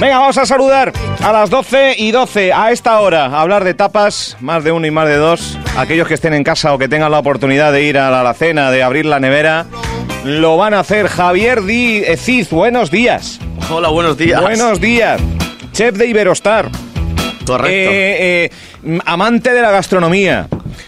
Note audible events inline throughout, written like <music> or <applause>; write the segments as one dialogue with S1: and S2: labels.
S1: Venga, vamos a saludar a las 12 y 12, a esta hora, a hablar de tapas, más de uno y más de dos. Aquellos que estén en casa o que tengan la oportunidad de ir a la alacena, de abrir la nevera, lo van a hacer. Javier Di eh, Cid, buenos días.
S2: Hola, buenos días.
S1: Buenos días. Chef de Iberostar.
S2: Correcto.
S1: Eh, eh, amante de la gastronomía,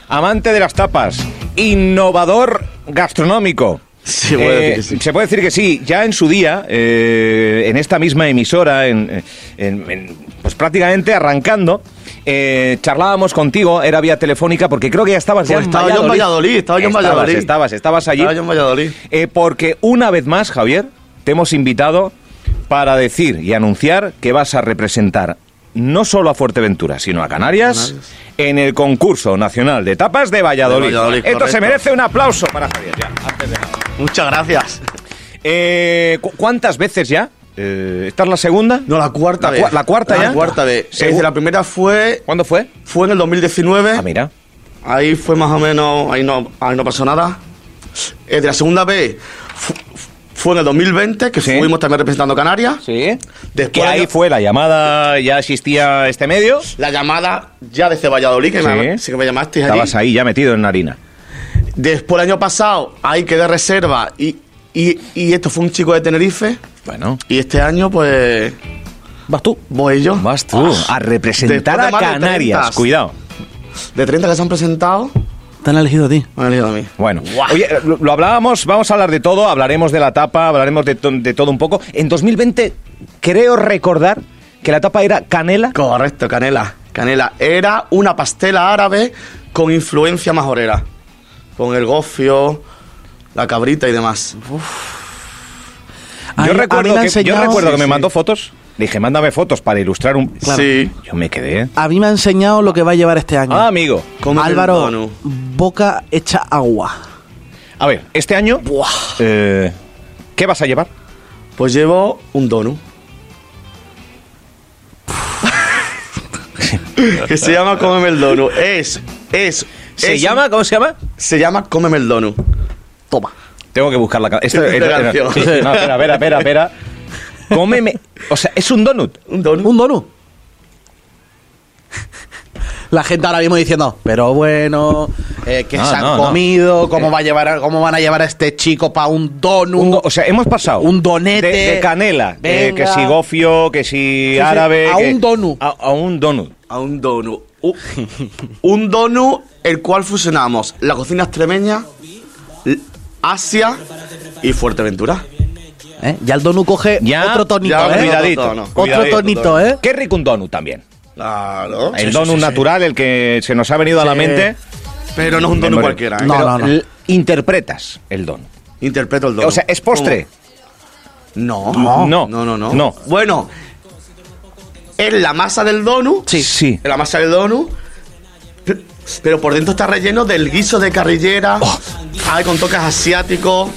S1: amante de las tapas, innovador gastronómico.
S2: Sí, puede
S1: Eh,
S2: decir que sí.
S1: Se puede decir que sí. Ya en su día, eh, en esta misma emisora, en, en- en- pues prácticamente arrancando, eh, charlábamos contigo, era vía telefónica, porque creo que ya estabas ya
S2: Pues estaba yo en Valladolid, estaba yo en
S1: Estabas,
S2: Valladolid.
S1: Estabas, estabas allí.
S2: Estaba yo en Valladolid.
S1: Eh, porque una vez más, Javier, te hemos invitado para decir y anunciar que vas a representar no solo a Fuerteventura, sino a Canarias,
S2: Canarias.
S1: en el concurso nacional de tapas de Valladolid.
S2: De Valladolid,
S1: Esto se
S2: correcto.
S1: merece un aplauso para Javier. ya.
S2: Muchas gracias.
S1: Eh, ¿cu- ¿Cuántas veces ya? Eh, ¿Esta es la segunda?
S2: No, la cuarta
S1: La,
S2: vez.
S1: cua- la cuarta ya.
S2: La cuarta vez.
S1: Se
S2: Es
S1: dice
S2: decir,
S1: la
S2: la
S1: prim-
S2: primera fue,
S1: ¿Cuándo fue?
S2: fue en el 2019.
S1: Ah, mira.
S2: Ahí fue más o menos, ahí no, ahí no pasó nada. Eh, de la segunda vez fu- fu- fue en el 2020, que
S1: Sí.
S2: fuimos también representando Canarias.
S1: Sí.
S2: Después
S1: que ahí
S2: ya-
S1: fue la llamada, ya existía este medio.
S2: La llamada ya desde Valladolid, que, me, sí que me llamasteis allí.
S1: Estabas ahí ya metido en la harina.
S2: Después el año pasado, ahí quedé reserva y, y, y esto fue un chico de Tenerife.
S1: Bueno.
S2: Y este año, pues,
S1: Vas tú.
S2: voy yo.
S1: Vas tú. A representar
S2: Después de
S1: a
S2: más de
S1: Canarias.
S2: 30.
S1: Cuidado.
S2: De 30 que se han presentado,
S3: ¿Te han elegido a ti?
S2: me han elegido a mí.
S1: Bueno, oye, lo, lo hablábamos, vamos a hablar de todo, hablaremos de la tapa, hablaremos de, to- de todo un poco. En 2020 creo recordar que la tapa era canela.
S2: Correcto, Canela. Canela. Era una pastela árabe con influencia majorera. Con el gofio, la cabrita y demás.
S3: A mí-
S1: Yo
S3: a mí
S1: recuerdo,
S3: me
S1: que,
S3: han
S1: yo
S3: enseñado-
S1: recuerdo que
S3: Sí,
S1: me
S3: sí.
S1: mandó fotos. Dije, mándame fotos para ilustrar un...
S2: Claro. Sí.
S1: Yo me quedé.
S3: A mí me ha enseñado lo que va a llevar este año.
S1: Ah, amigo.
S2: Cómete el
S3: Álvaro,
S2: donut.
S3: boca hecha agua.
S1: A ver, este año... eh, ¿Qué vas a llevar?
S2: Pues llevo un
S3: <laughs>
S2: donut. que se llama Cómeme el donut. Es, es, es-
S1: ¿Cómo se llama?
S2: Se llama Cómeme el donut. Toma.
S1: Tengo que buscar la... ca- Esta,
S2: Esta
S1: era- era-
S2: canción.
S1: sí, sí, <laughs> no, espera, espera, espera, espera. Cómeme... O sea, es un donut.
S2: Un donut.
S3: Un donut. La gente ahora mismo diciendo, pero bueno, eh, que
S1: No,
S3: se han
S1: no, no.
S3: comido, ¿cómo, va a llevar, a- ¿cómo van a llevar a este chico para un donut?
S1: Un do- o sea, hemos pasado
S3: Un donete.
S1: de, de canela, de
S3: Venga.
S1: que si gofio, que si
S3: sí,
S1: árabe,
S3: a
S1: que-
S3: un donut.
S1: a, a un donut.
S2: a un donut. U- un donut el cual fusionamos la cocina extremeña, l- Asia y Fuerteventura.
S3: ¿Eh? Ya el donut coge
S1: Ya,
S3: otro tonito,
S2: ya,
S3: ¿eh?
S1: cuidadito,
S2: Otro tono.
S1: cuidadito.
S3: otro tonito, ¿eh?
S1: Qué rico un donut también.
S2: Claro.
S1: El donut natural, el que se nos ha venido a la
S2: Sí.
S1: mente.
S2: Pero no es un donut
S1: Memoria.
S2: cualquiera. ¿eh?
S3: No,
S1: Pero
S3: no, no.
S1: l- Interpretas el donut.
S2: Interpreto el donut.
S1: O sea, es postre.
S2: No.
S1: No.
S2: No, no, no.
S1: No.
S2: Bueno, es la masa del donut.
S1: Sí. Sí.
S2: Es la masa del donut. pe- Pero por dentro está relleno del guiso de carrillera.
S1: Oh.
S2: Ay, con toques asiáticos.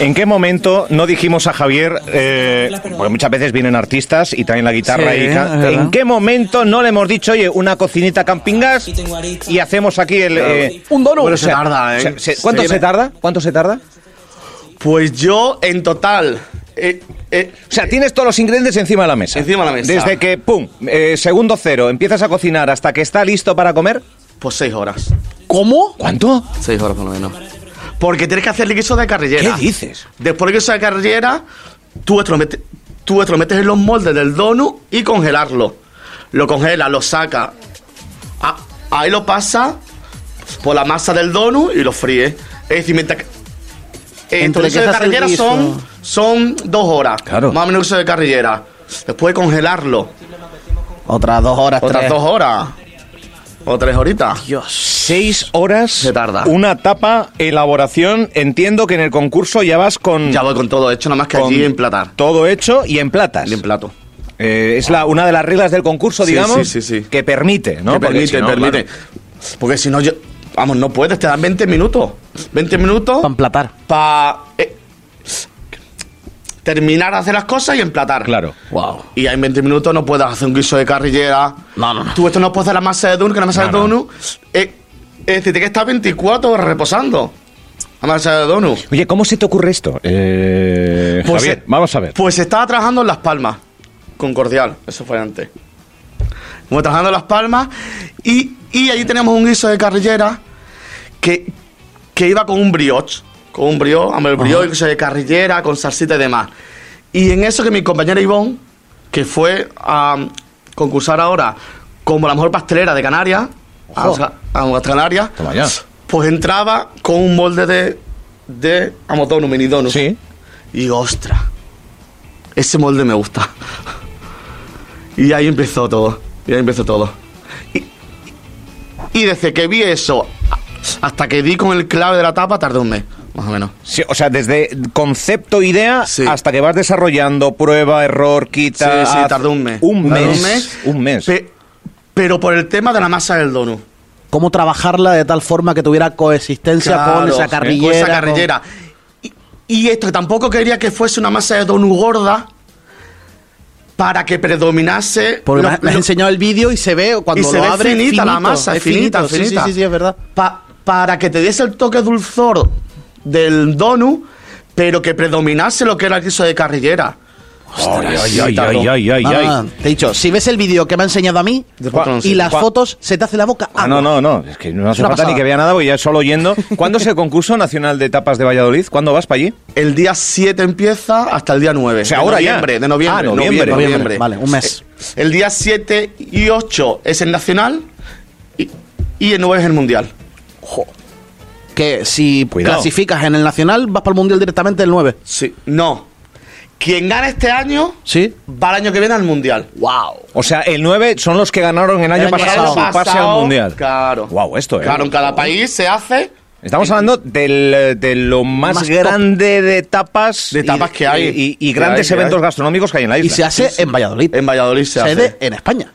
S1: ¿En qué momento no dijimos a Javier, eh, porque muchas veces vienen artistas y traen la guitarra
S3: Sí,
S1: y
S3: es
S1: ca-
S3: verdad.
S1: ¿En qué momento no le hemos dicho, oye, una cocinita campingas y hacemos aquí el... eh,
S3: Un donut.
S2: Bueno, se tarda, ¿eh?
S1: o sea, se- ¿Cuánto
S2: Sí,
S1: se
S2: me-
S1: tarda? ¿Cuánto se tarda?
S2: Pues yo, en total. eh, eh,
S1: O sea, tienes todos los ingredientes encima de la mesa.
S2: Encima de la mesa.
S1: Desde que, pum, eh, segundo cero, empiezas a cocinar hasta que está listo para comer.
S2: Pues seis horas.
S3: ¿Cómo?
S1: ¿Cuánto?
S2: Seis horas por lo menos. Porque tienes que hacer el guiso de
S1: ¿Qué
S2: carrillera.
S1: dices?
S2: Después del guiso de carrillera, tú te, lo metes, tú te lo metes en los moldes del donut y congelarlo. Lo congela, lo saca. Ah, ahí lo pasa por la masa del donut y lo fríe. Es decir, mientras que- eh,
S3: Entre
S2: Entre
S3: que
S2: guiso de
S3: se hace el
S2: carrillera
S3: guiso.
S2: son, son dos horas.
S1: Claro.
S2: Más o menos guiso de carrillera. Después de congelarlo.
S3: Otras dos horas,
S2: Otras
S3: tres.
S2: dos horas. O tres horitas.
S3: Dios.
S1: Seis horas.
S2: Se tarda.
S1: Una tapa, elaboración. Entiendo que en el concurso ya vas con...
S2: Ya voy con todo hecho, nada más que
S1: con
S2: allí emplatar.
S1: Todo hecho y en platas.
S2: Y en plato.
S1: Eh, es la, una de las reglas del concurso,
S2: Sí,
S1: digamos,
S2: sí, sí, sí.
S1: que permite, ¿no?
S2: Te
S1: Porque
S2: permite,
S1: si no,
S2: permite.
S1: claro.
S2: Porque si no, yo. Vamos, no puedes, te dan 20 minutos. 20 minutos
S3: Para emplatar.
S2: para terminar de hacer las cosas y emplatar.
S1: Claro.
S3: Wow.
S2: Y en 20 minutos no puedes hacer un guiso de carrillera.
S3: No, no, no.
S2: Tú esto no puedes hacer la masa de donut, que la masa
S1: No,
S2: de
S1: no.
S2: donut. eh, eh, te tiene que estar 24 horas reposando. masa de donut.
S1: Oye, ¿cómo se te ocurre esto? Eh,
S2: Pues,
S1: Javier,
S2: eh,
S1: vamos a ver.
S2: Pues estaba trabajando en Las Palmas, con Cordial, eso fue antes. Como trabajando en Las Palmas, y, y allí teníamos un guiso de carrillera que, que iba con un brioche, con un brioche, hambre brioche, guiso de carrillera, con salsita y demás. Y en eso que mi compañera Ivonne, que fue a concursar ahora como la mejor pastelera de Canarias, a,
S3: Ojo.
S2: a, a Canarias,
S1: Toma ya.
S2: pues entraba con un molde de, de amotón, un mini donut.
S1: Sí.
S2: Y digo, ostras, ese molde me gusta. Y ahí empezó todo. Y ahí empezó todo. Y, y desde que vi eso hasta que di con el clave de la tapa, tardé un mes, más o menos.
S1: Sí, o sea, desde concepto, idea,
S2: Sí.
S1: hasta que vas desarrollando prueba, error, quita.
S2: Sí, sí,
S1: haz-
S2: tardó un mes.
S1: Un
S2: Tardó
S1: mes.
S2: un mes.
S1: un mes.
S2: Pe- pero por el tema de la masa del donut.
S3: ¿Cómo trabajarla de tal forma que tuviera coexistencia
S2: Claro,
S3: con esa carrillera?
S2: con esa
S3: con-
S2: carrillera. Y, y esto, que tampoco quería que fuese una masa de donut gorda para que predominase...
S3: Porque
S2: lo-
S3: me, has- me has
S2: lo-
S3: enseñado el vídeo y se ve cuando
S2: Y se
S3: lo
S2: ve
S3: abre
S2: finita la masa,
S3: es
S2: finita,
S3: finito. Sí,
S2: finita.
S3: Sí, sí, sí, es verdad.
S2: Pa- para que te diese el toque dulzor del donut, pero que predominase lo que era el guiso de carrillera.
S1: Ay, ay,
S2: sí,
S1: ay,
S2: tardó.
S1: ay, ay, ay, ay.
S3: Ah, te he dicho, si ves el vídeo que me ha enseñado a mí
S2: De foto no
S3: y
S2: sé.
S3: las
S1: Juan-
S3: fotos, se te hace la boca
S1: Ah,
S3: agua.
S1: no, no, no. Es que no hace
S3: una
S1: falta ni
S3: pasada.
S1: que vea nada, voy ya solo
S2: <laughs>
S1: oyendo. ¿Cuándo es el concurso nacional de tapas de Valladolid? ¿Cuándo vas para allí?
S2: El día 7 empieza hasta el día 9.
S1: O sea,
S2: de
S1: ahora ya.
S2: noviembre, De noviembre,
S1: Ah, noviembre.
S3: Noviembre, vale, un mes.
S2: Eh, El día 7 y 8 es el nacional y, y el 9 es el mundial.
S3: Jo. Que si
S1: Cuidado.
S3: clasificas en el Nacional, vas para el Mundial directamente el 9.
S2: Sí. No. Quien gana este año
S3: ¿Sí?
S2: va el año que viene al mundial.
S3: ¡Wow!
S1: O sea, el 9 son los que ganaron el año
S3: año
S1: pasado,
S3: pasado.
S1: su pase al mundial.
S2: Claro.
S1: Guau, esto, ¿eh?
S2: Claro, en cada país se hace
S1: Estamos hablando del, eh, de lo más,
S3: Más top.
S1: grande de tapas,
S2: De tapas
S1: y-
S2: que hay.
S1: y, y
S2: Que
S1: grandes
S2: hay, que
S1: eventos
S2: hay.
S1: gastronómicos que hay en la isla.
S3: Y se hace en Valladolid.
S1: Em,
S2: en Valladolid se hace.
S3: Sede en España,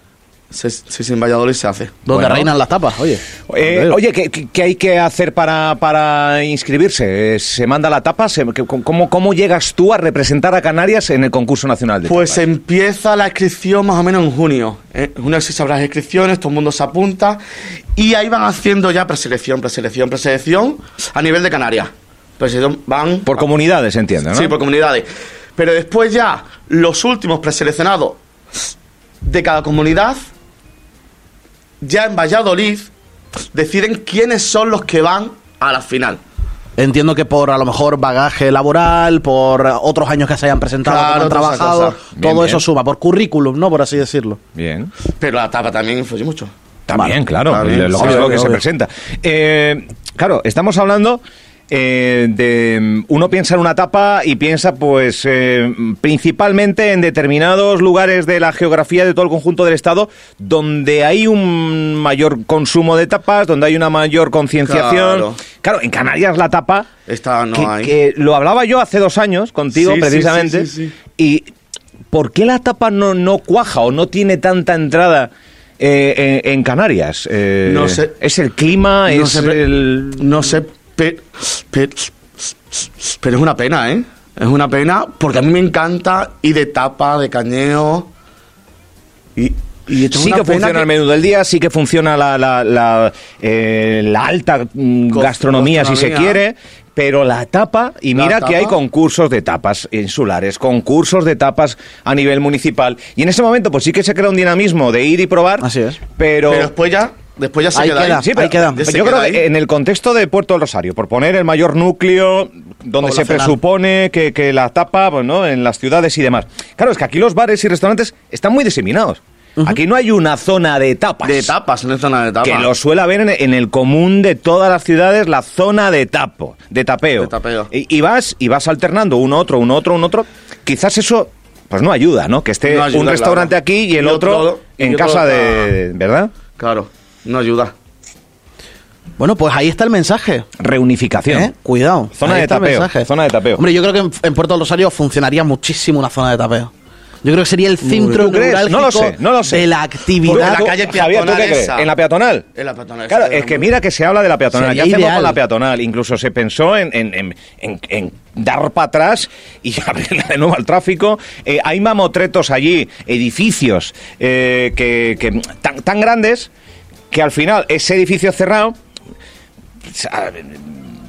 S2: Sí, sí, sí, en Valladolid se hace.
S3: donde
S1: Bueno.
S3: reinan las tapas, oye.
S1: Eh, oye, ¿qué, qué- qué hay que hacer para, para inscribirse? Eh, ¿Se manda la tapa? ¿Se- qué- cómo, cómo llegas tú a representar a Canarias en el concurso nacional de
S2: Pues
S1: tapas?
S2: empieza la inscripción más o menos en junio. ¿eh? En junio se abren las inscripciones, todo el mundo se apunta y ahí van haciendo ya preselección, preselección, preselección a nivel de Canarias. Preselección van
S1: Por comunidades, entiendo, ¿no?
S2: Sí, por comunidades. Pero después ya los últimos preseleccionados de cada comunidad ya en Valladolid deciden quiénes son los que van a la final.
S3: Entiendo que por a lo mejor bagaje laboral, por eh, otros años que se hayan presentado,
S2: Claro,
S3: que no han
S2: todas esas
S3: trabajado,
S2: cosas.
S1: Bien,
S3: todo
S1: bien.
S3: eso suma, por currículum, ¿no? Por así decirlo.
S1: Bien.
S2: Pero la etapa también influye mucho.
S1: También,
S3: Vale.
S1: claro,
S2: Vale.
S1: lo, que,
S3: Sí,
S1: lo
S3: obvio,
S1: que se
S3: obvio.
S1: presenta. Eh, claro, estamos hablando eh, de... Uno piensa en una tapa y piensa, pues, eh, principalmente en determinados lugares de la geografía de todo el conjunto del Estado, donde hay un mayor consumo de tapas, donde hay una mayor concienciación. Claro,
S2: Claro.
S1: en Canarias la tapa...
S2: Esta no
S1: que,
S2: hay.
S1: que lo hablaba yo hace dos años contigo,
S2: Sí, sí,
S1: precisamente.
S2: sí, sí, sí.
S1: Y ¿por qué la tapa no, no cuaja o no tiene tanta entrada eh, en, en Canarias? Eh,
S2: No sé.
S1: ¿Es el clima?
S2: No
S1: ¿Es
S2: sé, pe-
S1: el...?
S2: No sé, pe- pe- pero es una pena, ¿eh? Es una pena porque a mí me encanta ir de tapa, de cañeo. Y, y esto es
S1: Sí
S2: una
S1: que
S2: pena
S1: funciona el menú del día, sí que funciona la, la, la, eh, la alta mm,
S2: Cos-
S1: gastronomía, si se
S2: gastronomía.
S1: quiere, pero la tapa, y
S2: La
S1: mira que
S2: tapa.
S1: hay concursos de tapas insulares, concursos de tapas a nivel municipal, y en ese momento pues sí que se crea un dinamismo de ir y probar,
S3: Así es.
S1: pero...
S2: Pero, después ya, después ya se
S3: Ahí
S2: queda, ahí.
S3: queda.
S1: Sí, pero
S3: Ahí queda.
S2: Ya se
S1: Yo creo
S2: queda ahí.
S1: que en el contexto de Puerto del Rosario, por poner el mayor núcleo donde se
S3: Poblacional.
S1: presupone que, que la tapa pues, ¿no? en las ciudades y demás. Claro, es que aquí los bares y restaurantes están muy diseminados. Aquí no hay una zona de tapas.
S2: De tapas, no es zona de tapas.
S1: Que lo suele haber en, en el común de todas las ciudades, la zona de tapo, de tapeo.
S2: De tapeo.
S1: Y, y vas, y vas alternando uno, otro, uno, otro, uno, otro. Quizás eso, pues no ayuda, ¿no? Que esté
S2: No ayuda,
S1: un restaurante
S2: claro.
S1: aquí y el
S2: Y
S1: otro,
S2: otro-
S1: en
S2: y otro
S1: casa
S2: acá.
S1: de... ¿Verdad?
S2: Claro, no ayuda.
S3: Bueno, pues ahí está el mensaje.
S1: Reunificación.
S3: ¿eh? Cuidado.
S1: Zona
S3: Ahí
S1: de
S3: está el
S1: tapeo,
S3: mensaje.
S1: zona de tapeo.
S3: Hombre, yo creo que en, en Puerto del Rosario funcionaría muchísimo una zona de tapeo. Yo creo que sería el centro
S1: ¿Tú crees?
S3: neurálgico
S1: No lo sé, no lo sé.
S3: de la
S1: Porque
S3: actividad.
S2: la
S1: tú- Javier,
S2: calle
S1: ¿tú qué
S2: peatonal
S1: crees?
S2: esa.
S1: ¿En la peatonal?
S2: En la peatonal
S1: Claro,
S2: esa de
S1: es que
S2: Ramón.
S1: mira que se habla de la peatonal.
S3: Sería
S1: ¿Qué hacemos
S3: ideal.
S1: con la peatonal? Incluso se pensó en, en- en- en- en dar para atrás y <laughs> abrirla de nuevo al tráfico. Eh, hay mamotretos allí, edificios eh, que, que tan, tan grandes que al final ese edificio cerrado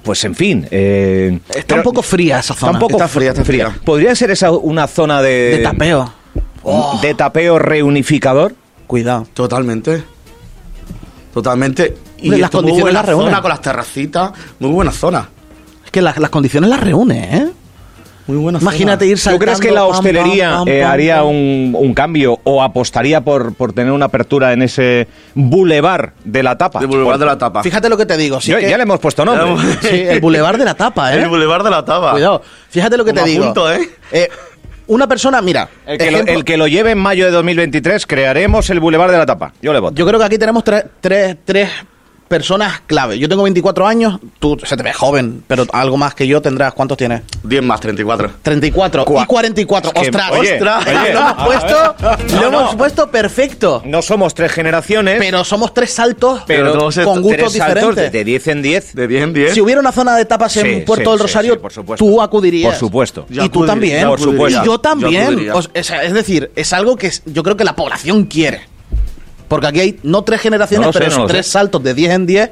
S1: pues en fin. eh,
S3: Está
S1: pero-
S3: un poco fría esa zona.
S1: está un poco
S2: Está fría, está fría.
S1: ¿Podría ser esa una zona de.
S3: de tapeo. Oh,
S1: de tapeo reunificador?
S3: cuidado.
S2: Totalmente. Totalmente. Y
S3: Hombre, las
S2: esto,
S3: condiciones
S2: muy buena
S3: las reúnen.
S2: zona con las terracitas, muy buena zona.
S3: Es que las, las condiciones las reúne, ¿eh?
S2: Muy buena
S3: Imagínate ir
S1: ¿Tú
S3: saltando.
S1: crees que la
S3: pam, pam,
S1: hostelería
S3: pam,
S1: eh,
S3: pam,
S1: haría
S3: pam?
S1: un, un cambio o apostaría por, por tener una apertura en ese bulevar de la tapa?
S2: El bulevar de la tapa.
S3: Fíjate lo que te digo. sí
S1: Yo-
S3: que-
S1: Ya le hemos puesto nombre.
S3: Sí, el bulevar de
S1: <laughs>
S3: la tapa, ¿eh?
S2: El bulevar de la tapa.
S3: Cuidado. Fíjate lo que
S2: Como
S3: te digo.
S2: apunto, ¿eh?
S3: Eh, una persona, mira.
S1: El que, lo,
S3: ejemplo-
S1: el que lo lleve en mayo de 2023, crearemos el bulevar de la tapa. Yo le voto.
S3: Yo creo que aquí tenemos tres, tres, tres personas clave. Yo tengo 24 años, tú se te ve joven, pero algo más que yo tendrás. ¿Cuántos tienes?
S2: 10 más 34.
S3: 34
S1: Cua-
S3: y 44.
S1: Es que,
S3: ¡Ostras!
S1: oye,
S3: ¡Ostras!
S1: oye,
S3: lo hemos
S1: a
S3: puesto,
S1: ver.
S3: lo
S1: No, no.
S3: hemos puesto perfecto.
S1: No somos tres generaciones,
S3: Pero somos tres saltos
S2: Pero
S3: con
S2: todos estos-
S3: gustos
S1: tres saltos de,
S3: diferentes.
S1: de 10 en 10.
S2: De 10 en 10.
S3: Si hubiera una zona de tapas en
S1: ¿Eh? Sí,
S3: Puerto
S1: sí,
S3: del
S1: sí,
S3: Rosario,
S1: sí, por supuesto.
S3: tú acudirías.
S1: Por supuesto.
S2: Yo
S3: y tú
S2: acudiría,
S3: también.
S1: yo Por supuesto.
S3: Y yo
S2: Yo
S3: también.
S2: acudiría.
S3: O- es, es decir, es algo que es- yo creo que la población quiere. Porque aquí hay no tres generaciones,
S1: No lo sé,
S3: pero
S1: no lo
S3: tres
S1: sé.
S3: saltos de 10 en 10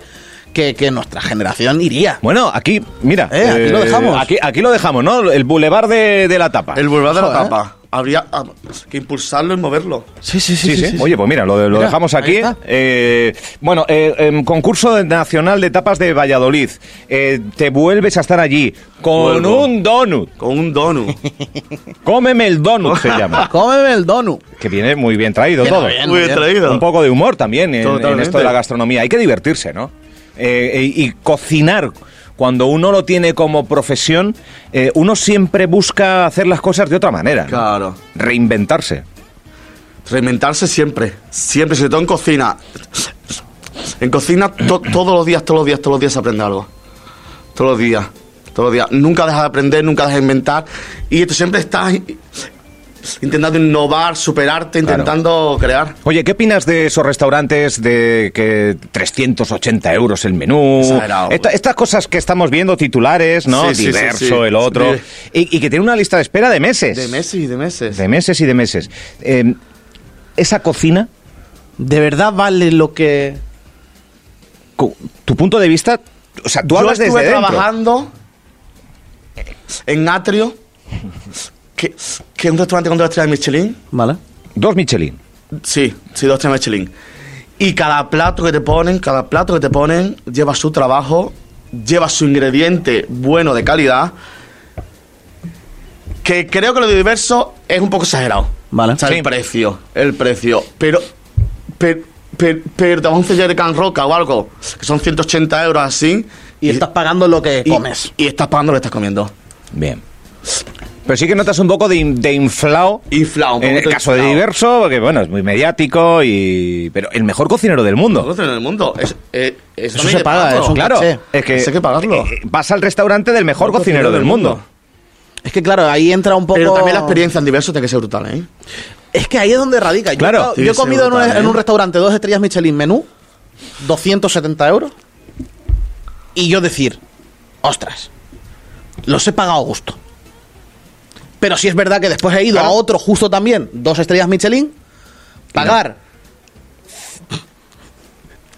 S3: que, que nuestra generación iría.
S1: Bueno, aquí, mira.
S3: Eh, aquí lo dejamos.
S1: Aquí, aquí lo dejamos, ¿no? El bulevar de, de la tapa. ¿eh?
S2: El bulevar de la
S3: Joder.
S2: tapa. Habría ah, que impulsarlo y moverlo.
S3: Sí, sí,
S1: Sí, sí. Oye, pues mira, lo, lo
S3: Mira,
S1: dejamos
S3: ahí
S1: aquí.
S3: está.
S1: Eh, bueno, eh, em, concurso nacional de tapas de Valladolid. Eh, te vuelves a estar allí con
S2: Vuelvo.
S1: un donut.
S2: Con
S1: <laughs>
S2: un donut.
S1: Cómeme el donut se
S2: <laughs>
S1: llama.
S3: Cómeme el donut.
S1: Que viene muy bien traído
S3: Viene
S1: todo.
S3: bien.
S2: Muy bien traído.
S1: Un poco de humor también en- en,
S2: Totalmente.
S1: esto de la gastronomía. Hay que divertirse, ¿no? Eh, eh, y cocinar. Cuando uno lo tiene como profesión, eh, uno siempre busca hacer las cosas de otra manera. ¿no?
S2: Claro.
S1: Reinventarse.
S2: Reinventarse siempre. Siempre, sobre todo en cocina. En cocina to- todos los días, todos los días, todos los días se aprende algo. Todos los días. Todos los días. Nunca dejas de aprender, nunca dejas de inventar. Y tú siempre estás in- intentando innovar, superarte,
S1: Claro.
S2: intentando crear.
S1: Oye, ¿qué opinas de esos restaurantes de que 380 euros el menú?
S2: Exagerado.
S1: Esta- estas cosas que estamos viendo, titulares, ¿no?
S2: Sí, sí, sí,
S1: Diverso,
S2: sí.
S1: el otro.
S2: Sí.
S1: Y, y que tiene una lista de espera de meses.
S2: De meses y de meses.
S1: De meses y de meses. Eh, esa cocina,
S3: ¿De verdad vale lo que.?
S1: cu- tu punto de vista, o sea, tú
S2: Yo
S1: hablas
S2: estuve
S1: desde dentro.
S2: trabajando en Atrio, que, que es un restaurante con dos estrellas Michelin.
S3: Vale.
S1: Dos Michelin.
S2: Sí, sí, dos estrellas Michelin. Y cada plato que te ponen, cada plato que te ponen, lleva su trabajo, lleva su ingrediente bueno de calidad. Que creo que lo diverso es un poco exagerado.
S3: Vale.
S2: O sea,
S1: Sí.
S2: el precio, el precio. Pero, pero, pero, pero te vas a un sello de Can Roca o algo, que son 180 euros así.
S3: Y estás pagando lo que comes.
S2: Y, estás pagando lo que estás comiendo.
S1: Bien. Pero sí que notas un poco de, in- de inflao.
S2: Inflado.
S1: En el caso de Diverso, porque bueno, es muy mediático y. Pero el mejor cocinero del mundo.
S2: en el mundo. Es- eh, eso
S3: Eso
S2: hay
S3: se
S2: que
S3: paga,
S2: pagarlo.
S3: eso es un
S1: Claro,
S3: caché.
S1: es que,
S2: Eso hay que pagarlo.
S1: eh, Vas al restaurante del mejor cocinero del mundo.
S3: Es que claro, ahí entra un poco.
S2: Pero también la experiencia en diverso tiene que ser brutal, ¿eh?
S3: Es que ahí es donde radica. Yo
S1: Claro.
S3: he estado- Yo, he
S2: Sí,
S3: comido en un,
S2: brutal, ¿eh?
S3: en un restaurante dos estrellas Michelin menú, 270 euros. Y yo decir, ostras, los he pagado a gusto. Pero sí es verdad que después he ido
S2: Claro.
S3: a otro justo también, dos estrellas Michelin, pagar.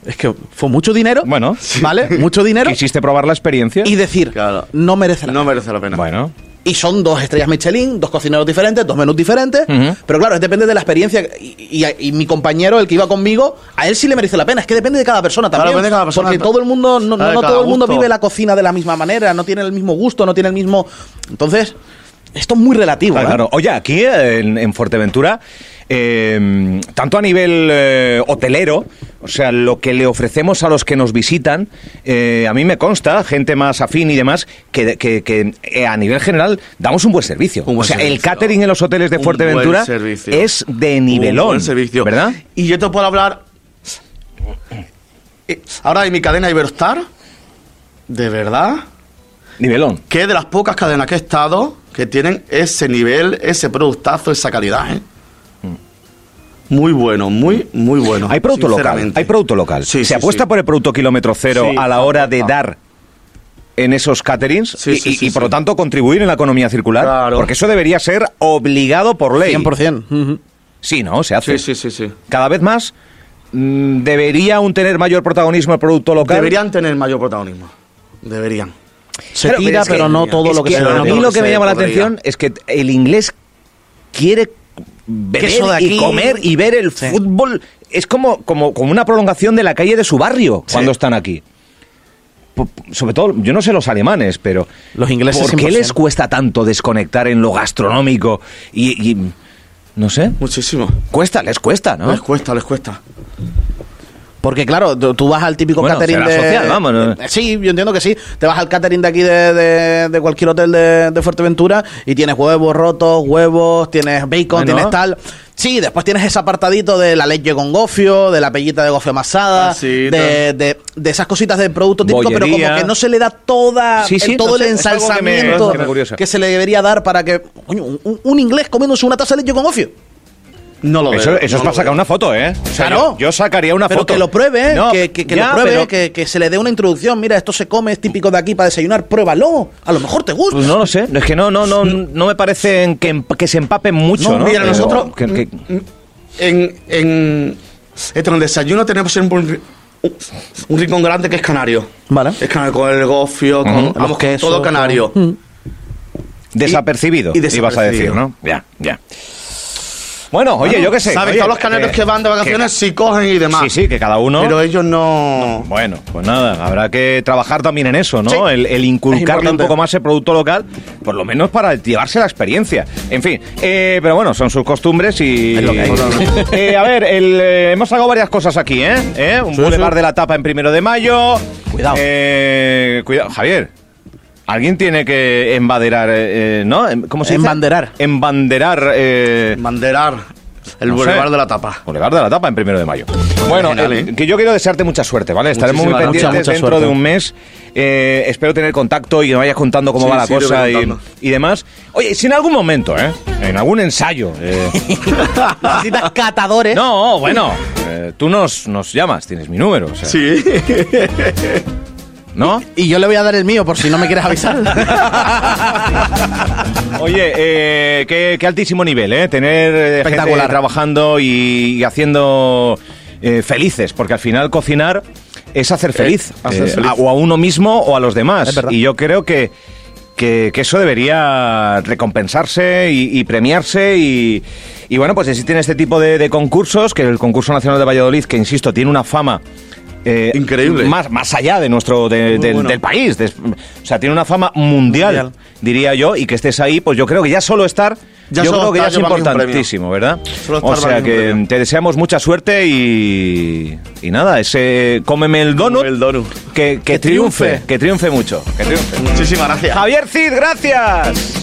S3: Es que fue mucho dinero.
S1: Bueno.
S3: ¿vale?
S1: <laughs>
S3: Mucho dinero.
S1: ¿Quisiste probar la experiencia?
S3: Y decir,
S2: Claro.
S3: no merece la
S2: No merece la pena.
S1: Bueno.
S3: y son dos estrellas Michelin, dos cocineros diferentes, dos menús diferentes.
S1: Ujú.
S3: Pero claro, depende de la experiencia. Y, y- y mi compañero, el que iba conmigo, a él sí le merece la pena. Es que depende de cada persona también.
S2: depende de cada persona.
S3: Porque todo el mundo, no,
S2: Claro,
S3: no
S2: cada
S3: todo el mundo
S2: gusto.
S3: vive la cocina de la misma manera, no tiene el mismo gusto, no tiene el mismo. Entonces, esto es muy relativo.
S1: Claro,
S3: ¿eh?
S1: claro. Oye, aquí eh, en, en Fuerteventura, eh, tanto a nivel eh, hotelero, o sea, lo que le ofrecemos a los que nos visitan, eh, a mí me consta, gente más afín y demás, que, que- que, eh, a nivel general damos un buen servicio.
S2: Un buen
S1: o sea, el
S2: servicio.
S1: catering en los hoteles de
S2: Un buen
S1: Fuerteventura
S2: servicio.
S1: este es de
S2: Un
S1: nivelón,
S2: buen servicio.
S1: ¿verdad?
S2: Y yo te puedo hablar. eh, Ahora de mi cadena Iberostar. De verdad.
S1: Nivelón.
S2: Que es de las pocas cadenas que he estado que tienen ese nivel, ese productazo, esa calidad, ¿eh? Muy bueno, muy, muy bueno.
S1: Mm. Hay producto local.
S2: sinceramente.
S1: Hay producto local.
S2: Sí,
S1: Se
S2: sí,
S1: apuesta
S2: sí.
S1: por el producto kilómetro cero
S2: Sí,
S1: a la hora de
S2: ah.
S1: dar en esos caterings
S2: Sí,
S1: y,
S2: sí,
S1: y-
S2: sí,
S1: y, por
S2: sí.
S1: lo tanto contribuir en la economía circular.
S2: Claro.
S1: Porque eso debería ser obligado por ley.
S3: 100%. ujú.
S1: Sí, ¿no? Se hace.
S2: Sí, sí, sí, sí.
S1: Cada vez más mm, debería aún tener mayor protagonismo el producto local.
S2: Deberían tener mayor protagonismo. Deberían.
S3: Se
S1: Claro,
S3: tira,
S1: es que-
S3: pero no todo
S1: es
S3: lo que, se
S1: A
S2: no,
S1: mí
S2: no,
S1: lo que
S2: se
S1: me llama la
S2: podría.
S1: atención es que el inglés quiere beber
S3: Queso de
S1: y
S3: aquí.
S1: comer y ver el
S3: Sí.
S1: fútbol. Es como, como, como una prolongación de la calle de su barrio cuando están aquí. Po- Sobre todo, yo no sé los alemanes, pero.
S3: Los ingleses
S1: ¿Por qué
S3: 100%?
S1: les cuesta tanto desconectar en lo gastronómico? Y. y- no sé.
S2: Muchísimo.
S1: Cuesta, les cuesta, ¿no?
S2: Les cuesta, les cuesta.
S3: Porque claro, tú, tú vas al típico
S1: Bueno,
S3: catering
S1: será
S3: de...
S1: social, vamos, ¿no?
S3: Eh, Sí, yo entiendo que sí. Te vas al catering de aquí de, de- de cualquier hotel de, de Fuerteventura y tienes huevos rotos, huevos, tienes bacon,
S1: Bueno.
S3: tienes tal... Sí, después tienes ese apartadito de la leche con gofio, de la pellita de gofio amasada,
S2: Pancita.
S3: de, de- de esas cositas de producto típico, pero como
S1: Bollería.
S3: que no se le da toda,
S1: Sí, sí,
S3: el- todo
S1: no
S3: el
S1: sé, es algo que me-
S3: ensalzamiento
S1: que me curiosa.
S3: que se le debería dar para que... Coño, un, un inglés comiéndose una taza de leche con gofio.
S2: No lo veo.
S1: Eso, eso
S2: no
S1: es para
S2: lo
S1: sacar
S2: veo.
S1: una foto, ¿eh? O sea,
S3: Claro.
S1: Yo, yo sacaría una
S3: pero
S1: foto.
S3: que lo pruebe, ¿eh?
S1: No,
S3: que, que- que
S1: ya,
S3: lo pruebe, ¿eh?
S1: pero-
S3: que, que se le dé una introducción. Mira, esto se come, es típico de aquí para desayunar, pruébalo. A lo mejor te gusta.
S1: Pues no lo sé, es que no, no, no, no me parecen que, emp- que se empapen mucho, ¿no?
S2: No, mira,
S1: Pero-
S2: nosotros
S1: que- que-
S2: en, en, este, en el desayuno tenemos siempre un, ri- un- un rincón grande que es canario.
S3: Vale. Mm.
S2: Es canario con el gofio, con,
S1: Ujú.
S2: vamos,
S3: Los quesos,
S2: todo canario.
S1: desapercibido,
S2: y
S1: ibas a decir,
S2: desapercibido.
S1: ¿no? Ya, ya. Bueno, oye, yo qué sé.
S2: ¿Sabes?
S1: oye, eh,
S2: Todos los canarios que, van de vacaciones
S1: que-
S2: sí cogen y demás.
S1: Sí, sí, que cada uno...
S2: Pero ellos no.
S1: Bueno, pues nada, habrá que trabajar también en eso, ¿no?
S2: Sí.
S1: El, el
S2: Es
S1: inculcarle un
S2: importante.
S1: poco más el producto local, por lo menos para llevarse la experiencia. En fin, eh, pero bueno, son sus costumbres y...
S2: Es lo que hay.
S1: <laughs> Eh, a ver, el, eh, hemos sacado varias cosas aquí, ¿eh? ¿Eh? Un
S2: Sí,
S1: boulevard
S2: sí.
S1: de la tapa en primero de mayo.
S3: Cuidado.
S1: Eh, cuidado, Javier. Alguien tiene que embaderar, eh, eh, ¿no? Em- ¿Cómo se dice?
S3: Embanderar.
S1: Embanderar. Eh,
S2: Banderar el
S1: no sé.
S2: boulevard de la tapa.
S1: Boulevard de la Tapa en primero de mayo. Bueno,
S2: Original,
S1: eh,
S2: ¿eh?
S1: que yo quiero desearte mucha suerte, ¿vale? Estaremos muy
S2: Muchísimas
S1: pendientes
S2: gracias.
S3: Mucha, mucha
S1: dentro
S3: suerte.
S1: de un mes. Eh, espero tener contacto y que me vayas contando cómo
S2: Sí,
S1: va la
S2: sí, te voy
S1: cosa y,
S2: contando.
S1: y demás. Oye, si en algún momento, ¿eh? En algún ensayo.
S2: <laughs>
S1: eh,
S3: <laughs> Necesitas catadores.
S1: no, bueno, eh, tú nos, nos llamas, tienes mi número, o sea,
S2: Sí.
S1: ¿no?
S3: Y yo le voy a dar el mío por si no me quieres
S1: <laughs>
S3: avisar.
S1: Oye, eh, qué, qué altísimo nivel, ¿eh? Tener eh, gente
S3: Espectacular.
S1: trabajando y, y haciendo eh, felices, porque al final cocinar es hacer feliz,
S2: hacer
S1: eh,
S2: feliz.
S1: a- o a uno mismo o a los demás.
S3: Es verdad.
S1: Y yo creo que, que, que eso debería recompensarse y, y premiarse y... y bueno, pues existen este tipo de, de concursos, que el concurso nacional de Valladolid, que insisto, tiene una fama eh,
S2: Increíble.
S1: más, más allá de nuestro de- del-
S2: bueno.
S1: del país, de- o sea, tiene una fama mundial,
S3: Mundial.
S1: diría yo, y que estés ahí, pues yo creo que ya solo estar,
S2: Ya
S1: yo
S2: solo
S1: creo que ya
S2: estar
S1: es
S2: lleva a mí un premio.
S1: importantísimo, ¿verdad?
S2: Solo estar
S1: o sea
S2: vale un
S1: que
S2: premio.
S1: te deseamos mucha suerte y, y nada, ese cómeme el donut,
S2: Cómeme el donut.
S1: Que, que
S3: Que
S1: triunfe,
S3: triunfe.
S1: que triunfe mucho, que triunfe.
S2: <laughs> Muchísimas gracias.
S1: Javier Cid, gracias.